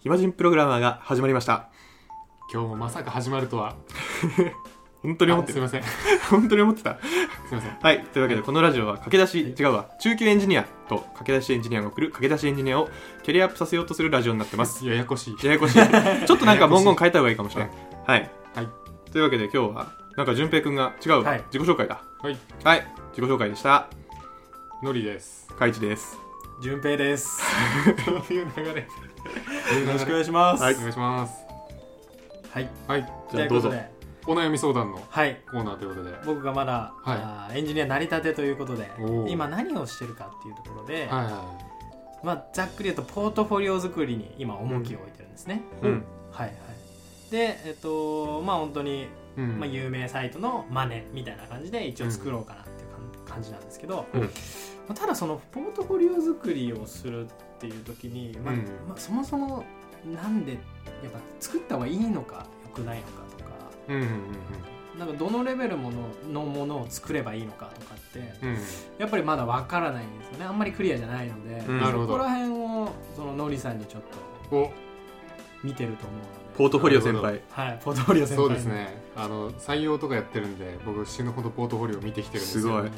暇人プログラマーが始まりました今日もまさか始まるとは本当に思ってあすたいませんす本当に思ってたいませんはいというわけでこのラジオは駆け出し違うわ中級エンジニアと駆け出しエンジニアが送る駆け出しエンジニアをキャリアアップさせようとするラジオになってます ややこしいややこしいちょっとなんか文言変えた方がいいかもしれないはい、はい、というわけで今日はなんか淳平くんが違うわ、はい自己紹介だはいはい自己紹介でしたのりですかいちです順平です。そういう流れよよろしくお願いします。はいお願いしますはい。はいじとゃいあどうこうとぞで、お悩み相談のはい。コーナーということでは僕がまだ、はいあーエンジニアなりたてということでおー今何をしてるかっていうところで、いはまあ、ざっくり言うとポートフォリオ作りに今重きを置いてるんですね、うんはいはいでえっとまあ本当に、いうんまあ、有名サイトのマネみたいな感じで一応作ろうかなっていう感感じなんですけど、うんまあ、ただそのポートフォリオ作りをするっていう時に、まあうんまあ、そもそもなんでやっぱ作った方がいいのか良くないのかとかうんうんなんかどのレベルもののものを作ればいいのかとかってうんやっぱりまだわからないんですよねあんまりクリアじゃないので、うんなるほそこどら辺をそのノリさんにちょっとうんお見てると思うのでポートフォリオ先輩はいポートフォリオ先輩そうですねあの採用とかやってるんで僕死ぬほどポートフォリオ見てきてるんですよすごい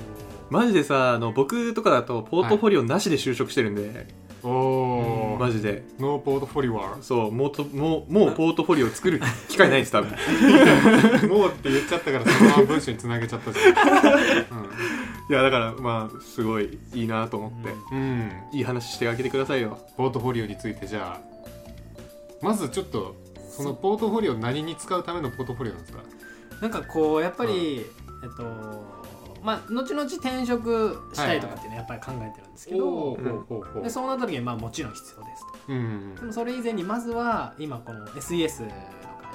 マジでさあの僕とかだとポートフォリオなしで就職してるんで、おおマジでノーポートフォ リ オそうもうともうもうポートフォリオ作る機会ないです 多分ノーって言っちゃったからそのまま文章につなげちゃったじゃんいやだからまあすごいいいなと思って、うんうん、うんいい話してあげてくださいよポートフォリオについてじゃあまずちょっとそのポートフォリオ何に使うためのポートフォリオなんですかなんかこうやっぱり、えっとまあ後々転職したいとかっていうのはやっぱり考えてるんですけど、おーほうほうほうでそうなった時にまあもちろん必要ですとうんでもそれ以前にまずは今この SES の会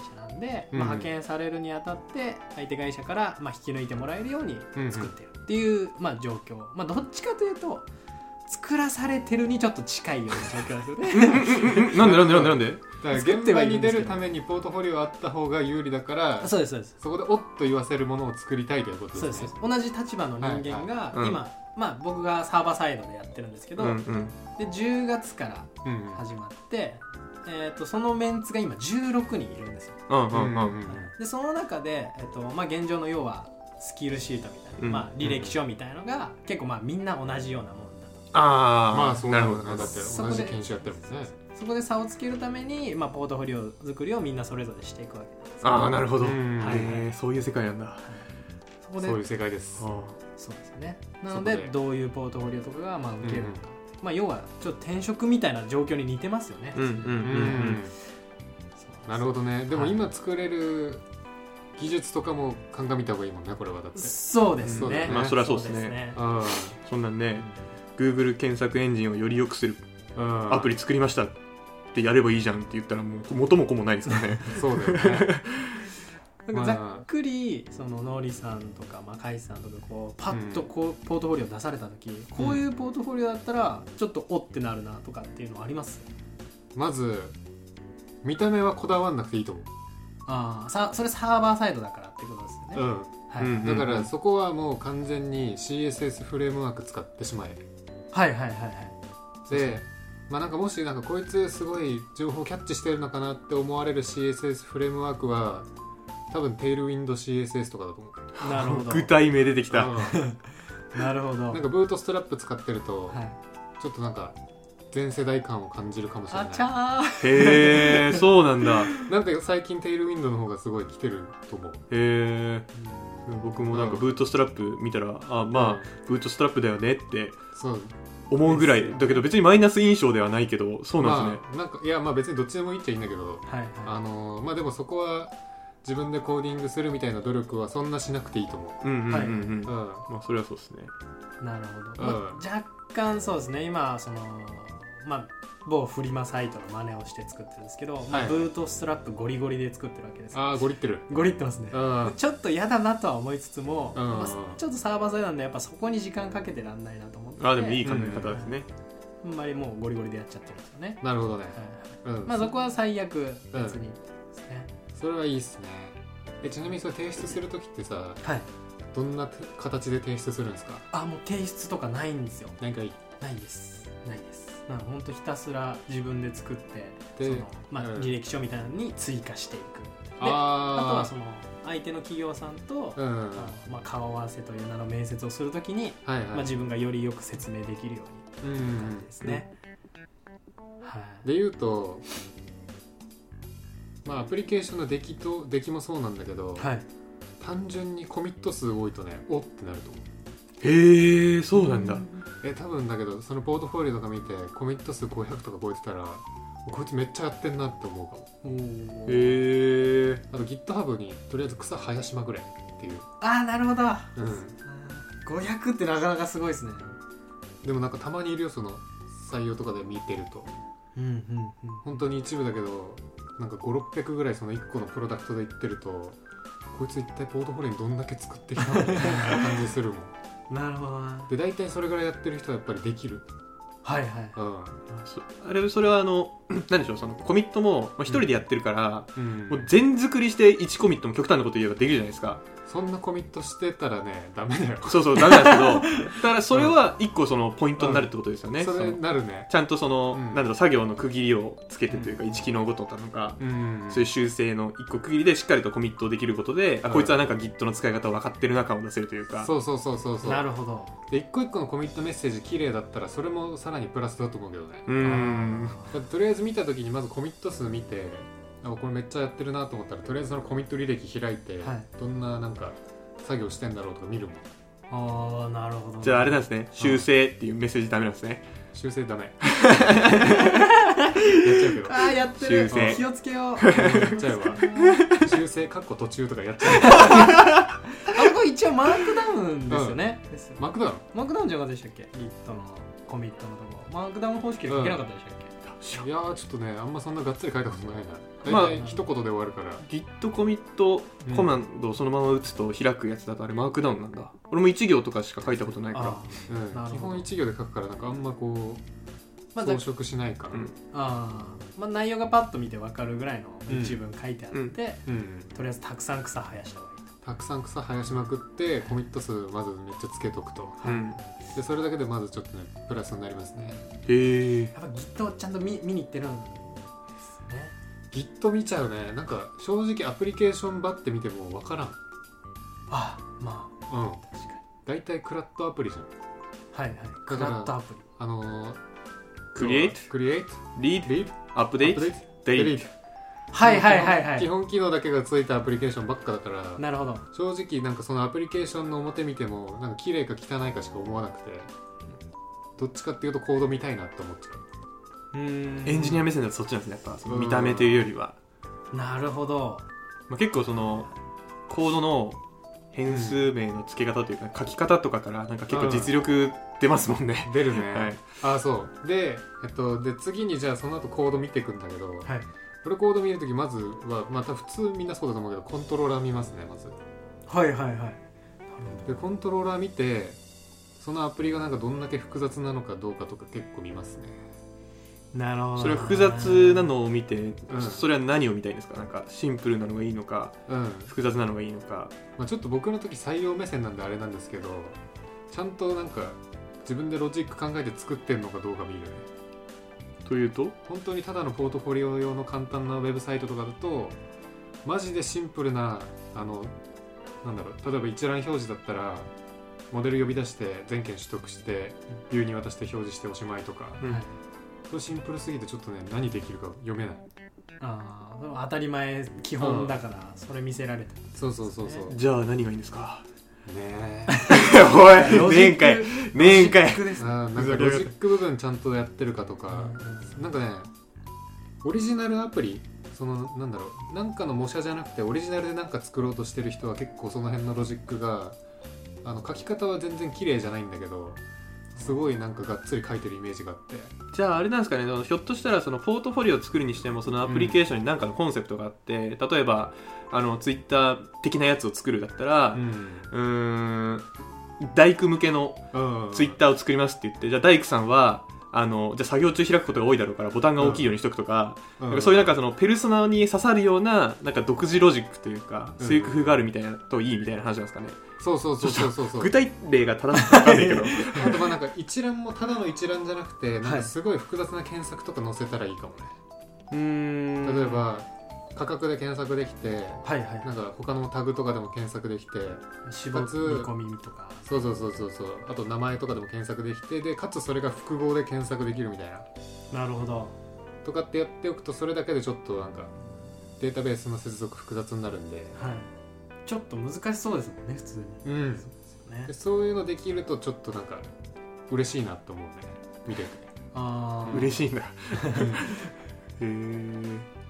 社なんで、うんまあ、派遣されるにあたって相手会社からまあ引き抜いてもらえるように作ってるっていうまあ状況、まあ、どっちかというと作らされてるにちょっと近いような状況ですよ ねんなんでなんでなんでなんでだから作っ現ては場いるにん出ですけるどためにポートフォリオあった方が有利だからそうですそうですそこでおっと言わせるものを作りたいということそうでですすね同じ立場の人間がはいはいうん今、まあ、僕がサーバーサイドでやってるんですけうど、んうんで10月からうん始まって、えー、とそのメンツが今16人いるんですようんううんんううんんでその中で、えっとまあ、現状の要はスキルシートみたいな、うんまあ、履歴書みたいのが、結構まあみんな同じようなもんだとああまあそうなるほどなねるほだっどてそ同こでじ研修やってるもんねそこで差をつけるために、まあ、ポートフォリオ作りをみんなそれぞれしていくわけなんですけどああなるほど、うんはいへえそういう世界なんだあそこでそういう世界ですあそうですよねなのでそこでどういうポートフォリオとかがまあ受けるのか、まあ、要はちょっと転職みたいな状況に似てますよね、うんうんううんんそうなるほどねでもはい今作れる技術とかも鑑みた方がいいもんねこれはだってそうですそうだよねねまあそりゃそうですねうねうんそんなんね Google 検索エンジンをより良くするうんアプリ作りましたってやればいいじゃんって言ったらもう元も子もないですからねそうだよねなんかざっくりそのノリさんとかまあカイさんとかこうパッとこうポートフォリオ出された時こういうポートフォリオだったらちょっとおってなるなとかっていうのはありますまず見た目はこだわんなくていいと思うああさそれサーバーサイドだからってことですよね、うんはいうんだからそこはもう完全に CSS フレームワーク使ってしまえはいはいはいはいで、まあ、なんかもしなんかこいつすごい情報キャッチしてるのかなって思われる CSS フレームワークは多分テールウィンド CSS とかだと思うなるほ ど具体名出てき たなるほなどんかブートストラップ使ってるとはい、ちょっとなんか全世代感を感じるかもしれあないちゃーへえそうなんだなんか最近テールウィンドの方がすごい来てると思うへえ僕もなんかブートストラップ見たら、あまあブートストラップだよねってあそう思うぐらいだけど別にマイナス印象ではないけどそうなんですね、まあなんかいやまあ別にどっちでもいいっちゃいいんだけどはいあはのーまあでもそこは自分でコーディングするみたいな努力はそんなしなくていいと思うんうんうんうん、う、うん、まあそれはそうですねいなるほど、うんまあ、若干そうですね今そのまあ某フリマサイトの真似をして作ってるんですけど、まはあ、いブートストラップゴリゴリで作ってるわけですよああゴリってるゴリってますねうんちょっと嫌だなとは思いつつも、うんまあちょっとサーバーサイドなんでやっぱそこに時間かけてらんないなと思ってあでもいい考え方ですね、あんまりもうゴリゴリでやっちゃってるんですよね、なるほどねはいはいうん、まあそこは最悪別にですね、それはいいっすねえちなみにそれ提出する時ってさはいどんな形で提出するんですかあもう提出とかないんですよなんかいいないですないですなんかほんとひたすら自分で作ってでその、まあうん履歴書みたいなのに追加していくであとはあその相手の企業さんと、あうんあのまあ、顔合わせという名の面接をするときに、はいはい、まあ、自分がよりよく説明できるよううんうに感んじですね、はい、で言うとまあアプリケーションの出来と出来もそうなんだけど、はい、単純にコミット数多いとねおってなると思うへえそうなんだえ多分だけどそのポートフォリオとか見てコミット数500とか超えてたらこいつめっちゃやってんなって思うかもおーへえあと GitHub にとりあえず草生やしまくれっていう、あーなるほどうん、 500ってなかなかすごいですねでもなんかたまにいるよその採用とかで見てるとうんうんうん本当に一部だけどなんか5600ぐらいその1個のプロダクトでいってるとこいつ一体ポートフォリオにどんだけ作ってきたのみたいな感じするもん なるほどなで大体それぐらいやってる人はやっぱりできるはいはいうん、あれそれはあの 何でしょうそのコミットもまあ一人でやってるから、うんもう全作りして1コミットも極端なこと言えばできるじゃないですかそんなコミットしてたらねダメだよ、そうそうダメなんですけどだからそれは1個そのポイントになるってことですよね、そそれのなるねちゃんとその、うんなんだろう作業の区切りをつけてというか、1機能ごとだとか、うんそういう修正の1個区切りでしっかりとコミットできることで、あうんこいつはなんか Git の使い方を分かってる中を出せるというかそうそうそうそうそうなるほどで一個一個のコミットメッセージ綺麗だったらそれもさらにプラスだと思うけどねうーんだってとりあえず見た時にまずコミット数見てあこれめっちゃやってるなと思ったらとりあえずそのコミット履歴開いて、はいどんななんか作業してんだろうとか見るもんああなるほどじゃああれなんですね修正っていうメッセージダメなんですね、修正 ダメやっちゃうけどあーやってる修正気をつけ ようやっちゃうわ修正かっこ途中とかやっちゃうあこれ一応マークダウンですよね、ですよマクダウンマークダウンじゃなかったでしたっけ Git のコミットのとこマークダウン方式は書けなかったでしたっけ、いやーちょっとねあんまそんながっつり書いたことないなまあ大体一言で終わるから、 Git コミットコマンドをそのまま打つと開くやつだとあれマークダウンなんだ俺も1行とかしか書いたことないからあうんなるほど基本一行で書くからなんかあんまこうまあだ装飾しないから、うんあー、まあ、内容がパッと見て分かるぐらいの一文書いてあって、うんとりうんあえずたくさん草生やした方がいいたくさん草生やしまくってコミット数まずめっちゃつけとくとうんでそれだけでまずちょっとねプラスになりますねへえやっぱ Git をちゃんと見見に行ってるんですね Git 見ちゃうねなんか正直アプリケーションばって見てもわからんあまうんあ確かに大体クラットアプリじゃんはいはいクラットアプリあのー、クリエイトクリエイトリードリードアップデートアップデイデートはいはいはいは基い本機能だけがついたアプリケーションばっかだからなるほど正直なんかそのアプリケーションの表見てもなんか綺麗か汚いかしか思わなくてどっちかっていうとコード見たいなって思っちゃうエンジニア目線だとそっちなんですねやっぱその見た目というよりは、なるほどまあ、結構そのコードの変数名の付け方というか、書き方とかからなんか結構実力出ますもんね、出るね、はいああそうで,、えっと、で次にじゃあその後コード見ていくんだけど、はいこれコード見るときまずはまた普通みんなそうだと思うけどコントローラー見ますねまずはいはいはいなでるコントローラー見てそのアプリがなんかどんだけ複雑なのかどうかとか結構見ますねほどなるほどそれは複雑なのを見て、んそれは何を見たいんですかなんかシンプルなのがいいのかうん、複雑なのがいいのかまあ、ちょっと僕の時採用目線なんであれなんですけどちゃんとなんか自分でロジック考えて作ってるのかどうか見るねというと本当にただのポートフォリオ用の簡単なウェブサイトとかだとマジでシンプルなあのなんだろう例えば一覧表示だったらモデル呼び出して全件取得してビューに渡して表示しておしまいとかうんはいそれシンプルすぎてちょっとね何できるか読めないああでも当たり前基本だからそれ見せられてるそうそうそうそうねじゃあ何がいいんですかえ おいねえんかいねえんかいロジックですねあーなんかロジック部分ちゃんとやってるかとかなんかねオリジナルアプリそのなんだろうなんかの模写じゃなくてオリジナルでなんか作ろうとしてる人は結構その辺のロジックがあの書き方は全然綺麗じゃないんだけどすごいなんかがっつり書いてるイメージがあってじゃああれなんですかねそのひょっとしたらそのポートフォリオを作るにしてもそのアプリケーションに何かのコンセプトがあって、例えばあのツイッター的なやつを作るだったらうーん大工向けのうんツイッターを作りますって言って、じゃあ大工さんはあのじゃあ作業中開くことが多いだろうからボタンが大きいようにしとくとか,、うんなんかそういうなんかそのペルソナに刺さるようななんか独自ロジックというか、うんそういう工夫があるみたいなといいみたいな話なんですかねそうそうそうそうそうそう具体例が正しく分かんないけ どあとまあなんか一覧もただの一覧じゃなくてなんはかいすごい複雑な検索とか載せたらいいかもね、うーん例えば価格で検索できてはいはいなんか他のタグとかでも検索できて絞り込みとかそうそうそうそうそうあと名前とかでも検索できてでかつそれが複合で検索できるみたいななるほどとかってやっておくとそれだけでちょっとなんかデータベースの接続複雑になるんではいちょっと難しそうですもんね普通にうんそうですよねでそういうのできるとちょっとなんか嬉しいなと思うね見ててあー嬉しい んだへ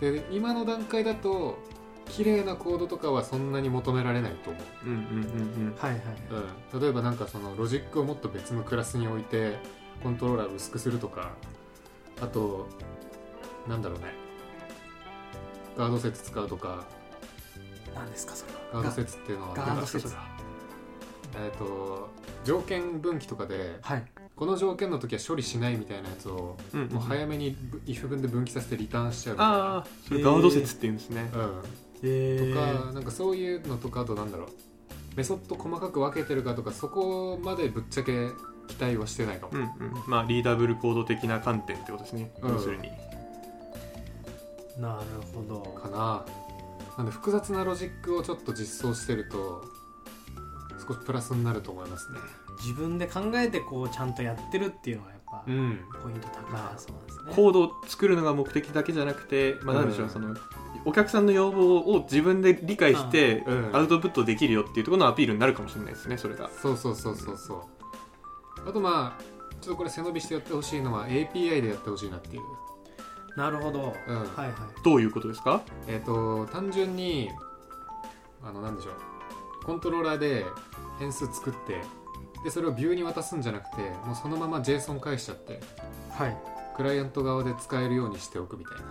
えで今の段階だと綺麗なコードとかはそんなに求められないと思うんうんうんはいはいうん、例えばなんかそのロジックをもっと別のクラスに置いてコントローラーを薄くするとかあとなんだろうねガード説使うとか何ですかそれガーはド説っていうのはガなんードか説えっと条件分岐とかではいこの条件の時は処理しないみたいなやつをうんうんもう早めに if 分で分岐させてリターンしちゃうみたいああそれガード説って言うんですね、な、うん、えとかなんかそういうのとかあとなんだろうメソッド細かく分けてるかとかそこまでぶっちゃけ期待はしてないかも、うんうんまあリーダブルコード的な観点ってことですね、うん要するになるほどかななんで複雑なロジックをちょっと実装してると少しプラスになると思いますね自分で考えてこうちゃんとやってるっていうのはやっぱんポイント高そうなんですね、コードを作るのが目的だけじゃなくて、まあ、なんでしょう、うんそのお客さんの要望を自分で理解して、うんうんアウトプットできるよっていうところのアピールになるかもしれないですねそれがそうそうそうそうそうあとまあちょっとこれ背伸びしてやってほしいのは API でやってほしいなっていうなるほど、うんはいはいどういうことですかえっ、と単純にあのなんでしょうコントローラーで変数作ってでそれをビューに渡すんじゃなくてもうそのまま JSON 返しちゃってはいクライアント側で使えるようにしておくみたいな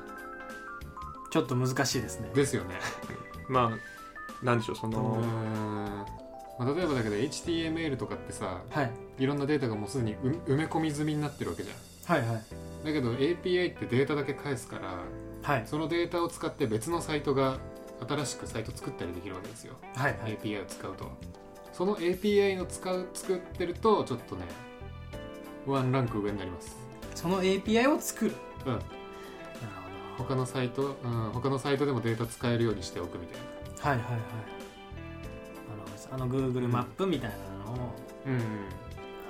ちょっと難しいですねですよねまあなんでしょうその、まあ、例えばだけど HTML とかってさはいいろんなデータがもうすでにう埋め込み済みになってるわけじゃんはいはいだけど API ってデータだけ返すからはいそのデータを使って別のサイトが新しくサイト作ったりできるわけですよ、はいはい API を使うとその API の使う作ってるとちょっとねワンランク上になりますその API を作るうんなるほど他のサイト、うん、他のサイトでもデータ使えるようにしておくみたいはいはいはいなるほどですあの Google マップみたいなのを、なうん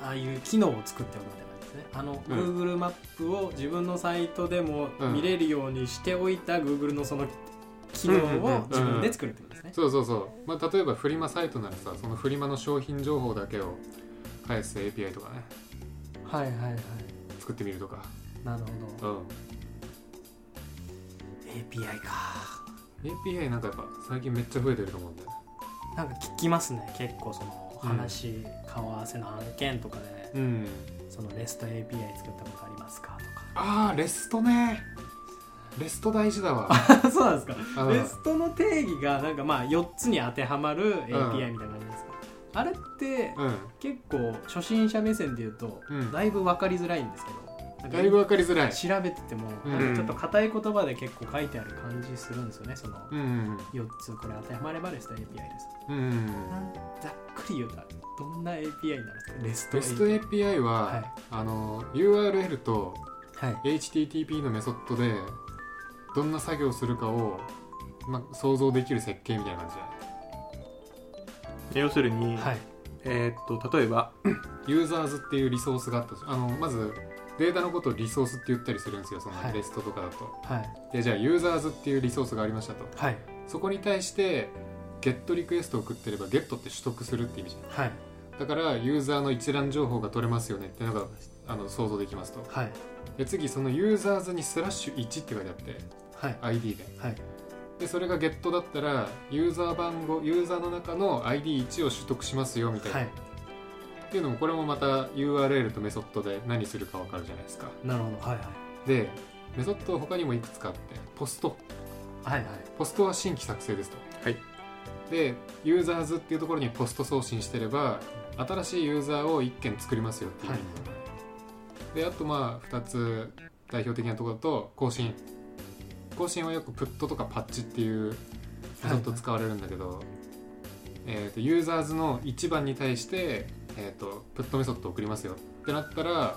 ああいう機能を作っておくみたいな感じですねあの、うん Google マップを自分のサイトでも見れるようにしておいた Google のその機能を自分で作るってことですね、そうそうそう、まあ、例えばフリマサイトならさそのフリマの商品情報だけを返す API とかねはいはいはい作ってみるとか、なるほどん、 API か API なんかやっぱ最近めっちゃ増えてると思うんだよねなんか聞きますね結構そのうん話、顔合わせの案件とかで、うんその REST API 作ったことありますかああレストねレスト大事だ わとか そうなんですかうんベストの定義がなんかまあ4つに当てはまる API みたいな感じですか、あれってうん結構初心者目線で言うとうんだいぶ分かりづらいんですけど、だいぶわかりづらい調べててもうんなんかちょっと硬い言葉で結構書いてある感じするんですよねそのうんうん4つこれ当てはまればレスト API ですうんうんなんざっくり言うとどんな API になるんですかレレスストト API API は、はいあの URL とはい、 HTTP のメソッドでどんな作業をするかを、まあ、想像できる設計みたいな感じだね要するに、はい、えーっと例えばユーザーズっていうリソースがあったとしあのまずデータのことをリソースって言ったりするんですよそのはいレストとかだと、はい、でじゃあユーザーズっていうリソースがありましたとはい、そこに対してゲットリクエストを送ってればゲットって取得するって意味じゃはい、んだからユーザーの一覧情報が取れますよねってのがあの想像できますとはい、で次そのユーザーズにスラッシュ1って書いてあってはい、 ID ではい、でそれがゲットだったらユーザー番号ユーザーの中の ID1 を取得しますよみたいな、はい、っていうのもこれもまた URL とメソッドで何するか分かるじゃないですかなるほど、はい、でメソッド他にもいくつかあってポストはい、はい、ポストは新規作成ですとはいでユーザーズっていうところにポスト送信してれば新しいユーザーを1件作りますよっていう意味にもなる、であとまあ2つ代表的なところだと更新更新はよくプットとかパッチっていうちょっと使われるんだけど、えー、とユーザーズの1番に対して、えー、とプットメソッドを送りますよってなったら、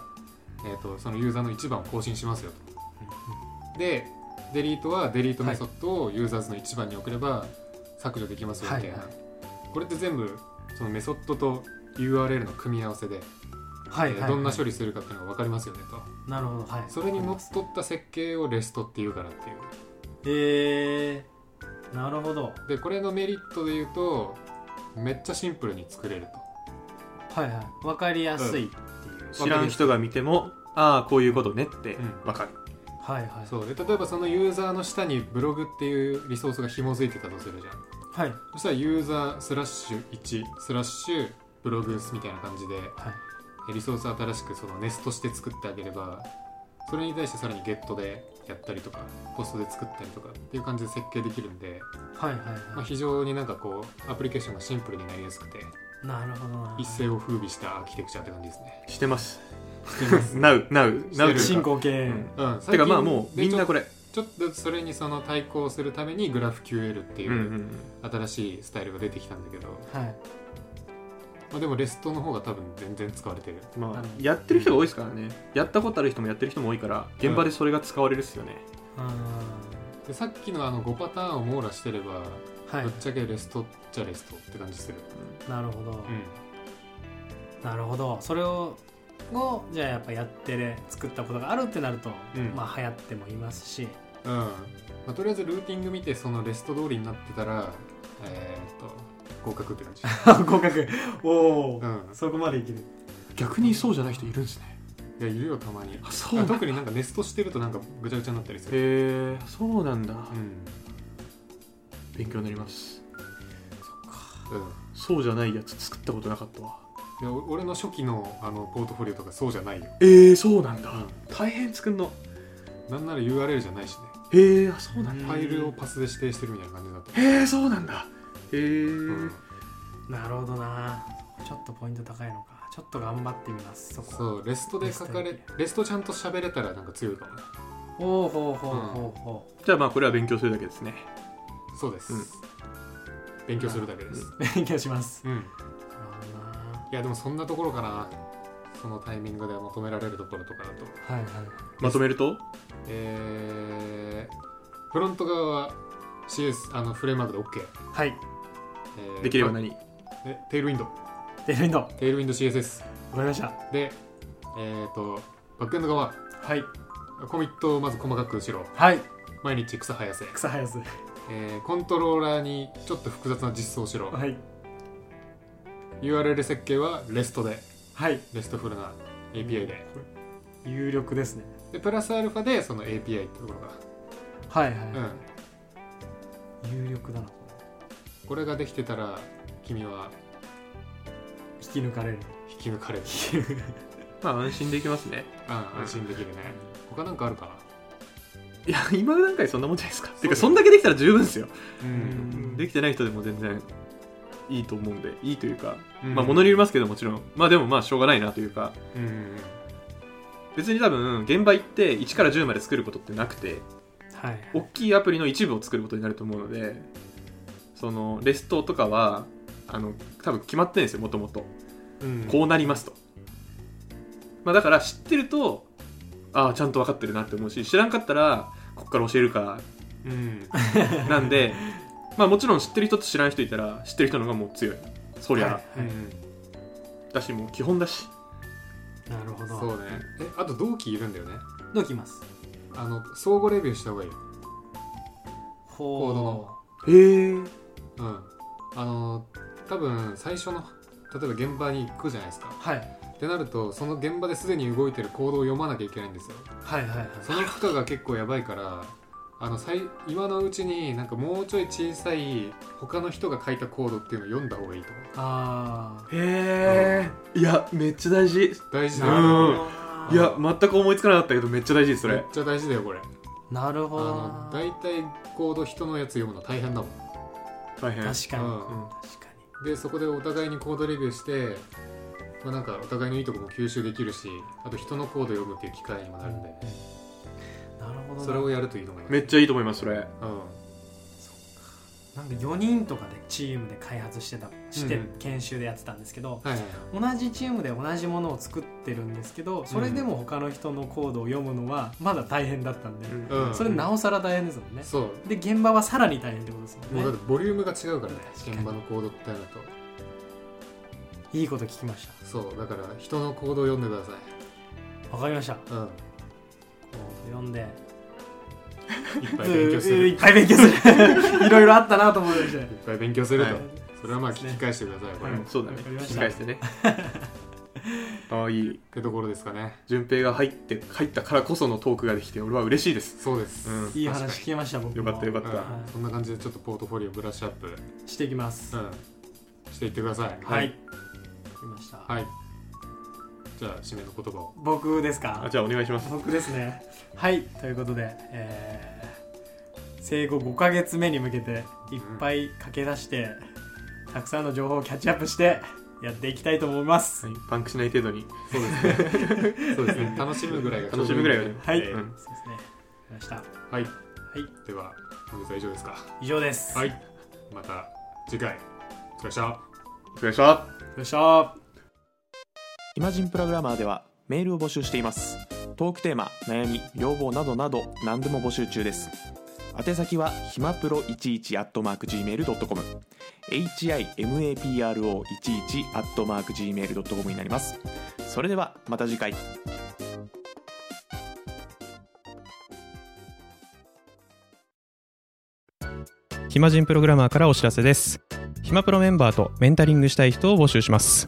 えー、とそのユーザーの1番を更新しますよとでデリートはデリートメソッドをユーザーズの1番に送れば削除できますよみたいな、はいはこれって全部そのメソッドと URL の組み合わせで、はえいはいーはいどんな処理するかっていうのが分かりますよねとなるほどはいそれにのっとった設計をレストっていうからっていうえー、なるほどでこれのメリットで言うとめっちゃシンプルに作れるとはいはい分かりやすいっていう、知らん人が見てもああこういうことねってうんわかる、はいはいそうで例えばそのユーザーの下にブログっていうリソースが紐づいてたとするじゃんはいそしたらユーザースラッシュ1スラッシュブログみたいな感じではいリソース新しくそのネストして作ってあげればそれに対してさらにゲットでやったりとかポストで作ったりとかっていう感じで設計できるんで、はいはいまあ、は非常になんかこうアプリケーションがシンプルになりやすくていなるほどな一世を風靡したアーキテクチャって感じですねしてますしてます なうなうなうして進る行形、うんうん、て最近かまあもうでみんなこれちょっとそれにその対抗するために GraphQL っていううんうん新しいスタイルが出てきたんだけど、はいまあ、でもレストの方が多分全然使われてるうんまああのやってる人が多いですからねやったことある人もやってる人も多いから現場でそれが使われるっすよね、うでさっきのあの5パターンを網羅してれば、ーんはぶっちゃけレストっちゃレストって感じする、いなるほど、うなるほどそれををじゃあやっぱやってる作ったことがあるってなると、うんまあ流行ってもいますしんうんまあ、とりあえずルーティング見てそのレスト通りになってたらえー、っと合格って感じ、 合格おお、うん、そこまでいける逆にそうじゃない人いるんですねいやいるよたまにあそうなんだ特になんかネストしてるとなんかぐちゃぐちゃになったりする、へえそうなんだ、うん勉強になりますうんそうじゃないやつ作ったことなかったわいやお俺の初期のあのポートフォリオとかそうじゃないよ、ええそうなんだ、うん大変作んのなんなら URL じゃないしねへえあそうなんだうんファイルをパスで指定してるみたいな感じだった、へえそうなんだへえ、うんなるほどなちょっとポイント高いのかちょっと頑張ってみますそこそうレストで書かれレストちゃんと喋れたらなんか強いかもねほうほうほうほうほじゃあまあこれは勉強するだけですねそうです、うん勉強するだけです、う、勉強しますうんなるほどないやでもそんなところかなそのタイミングで求められるところとかだとはいはいまとめるとえー、フロント側は CS あのフレームワークで OK、はいえーできれば何えテールウィンドデフェンドわかテールウィンド CSS りましたでえっ、とバックエンド側はいコミットをまず細かくしろはい毎日草生やせ、草生やすえーコントローラーにちょっと複雑な実装をしろ、はい URL 設計は REST ではい RESTful な API で有力ですねでプラスアルファでその API ってところはいはい、が、うん、有力だなここれができてたら君はれ引き抜かれる引き抜かれる、 まあ安心できますねうん、安心できるね他なんかあるかいや今の段階そんなもんじゃないですか てかそそうだんだよけできたら十分ですよ、な、うんできてない人でも全然いいと思うんでいいというか、うんまあ物によりますけどもちろんまあでもまあしょうがないなというかうんうん別に多分現場行って1から10まで作ることってなくてはいはい大きいアプリの一部を作ることになると思うのでそのレストとかはあの多分決まってるんですよもともとうんこうなりますと、まあ、だから知ってるとああちゃんと分かってるなって思うし知らんかったらこっから教えるかうんなんで まあもちろん知ってる人と知らん人いたら知ってる人の方がもう強いそりゃ、はいはいだしもう基本だしなるほどそうねえあと同期いるんだよねどうきますあの相互レビューした方がいいよココードのへえうんあの多分最初の例えば現場に行くじゃないですかはいってなるとその現場ですでに動いてる行動を読まなきゃいけないんですよはいはいはいその負荷が結構やばいからあの最今のうちになんかもうちょい小さい他の人が書いたコードっていうのを読んだ方がいいと思うああへえ、いやめっちゃ大事大事だうよんあーいや全く思いつかなかったけどめっちゃ大事ですそめっれちゃ大事だよこれなるあほどの大体コード人のやつ読むの大変だもん大変確かに、う確んかにでそこでお互いにコードレビューしてまあ、なんかお互いのいいとこも吸収できるしあと人のコード読むっていう機会にもなるんで、なるほどなそれをやるといいと思いますめっちゃいいと思いますそれうんなんか4人とかでチームで開発してたしてうん研修でやってたんですけど、はいはい同じチームで同じものを作ってるんですけどそれでも他の人のコードを読むのはまだ大変だったんで、うんそれなおさら大変ですもんね、そうで現場はさらに大変ってことですももうんだねってボリュームが違うからね確かに現場のコードってなるといいこと聞きましそうだから人のコードを読んでくださいたわかりましたこうんう読んでいっぱい勉強するうーいいっっぱい勉強するいろいろあったなと思いましてぱい勉強すると、はいそれはまあ聞き返してくださいこれうんそうだねわかりま聞しきた返して ねああいいってところですかね順平が入って入ったからこそのトークができて俺は嬉しいです、そうです、うん、いい話聞けました僕もよかったよかっうんた、はいそんな感じでちょっとポートフォリオブラッシュアップ、うしていきますはん、していってくださいい、わかりました、はい、じゃあ締めの言葉を僕ですかあじゃあお願いします僕ですねはいということで、えー生後5ヶ月目に向けていっぱい駆け出して、たくさんの情報をキャッチアップしてやっていきたいと思います、はいパンクしない程度にそうです ねそうですね楽しむぐらいが楽しむぐらいがねはい、えーうんそうですねわかりましたははいいでは本日は以上ですか以上です、はいどまた次回お疲れ様でしたお疲れ様でしたうでしたイマジンプラグラマーではメールを募集していますトークテーマ悩み要望などなど何でも募集中です宛先はひまプロ11 at mark gmail.com himapro11 at mark gmail.com になりますそれではまた次回ヒマジンプログラマーからお知らせです。ヒマプロメンバーとメンタリングしたい人を募集します。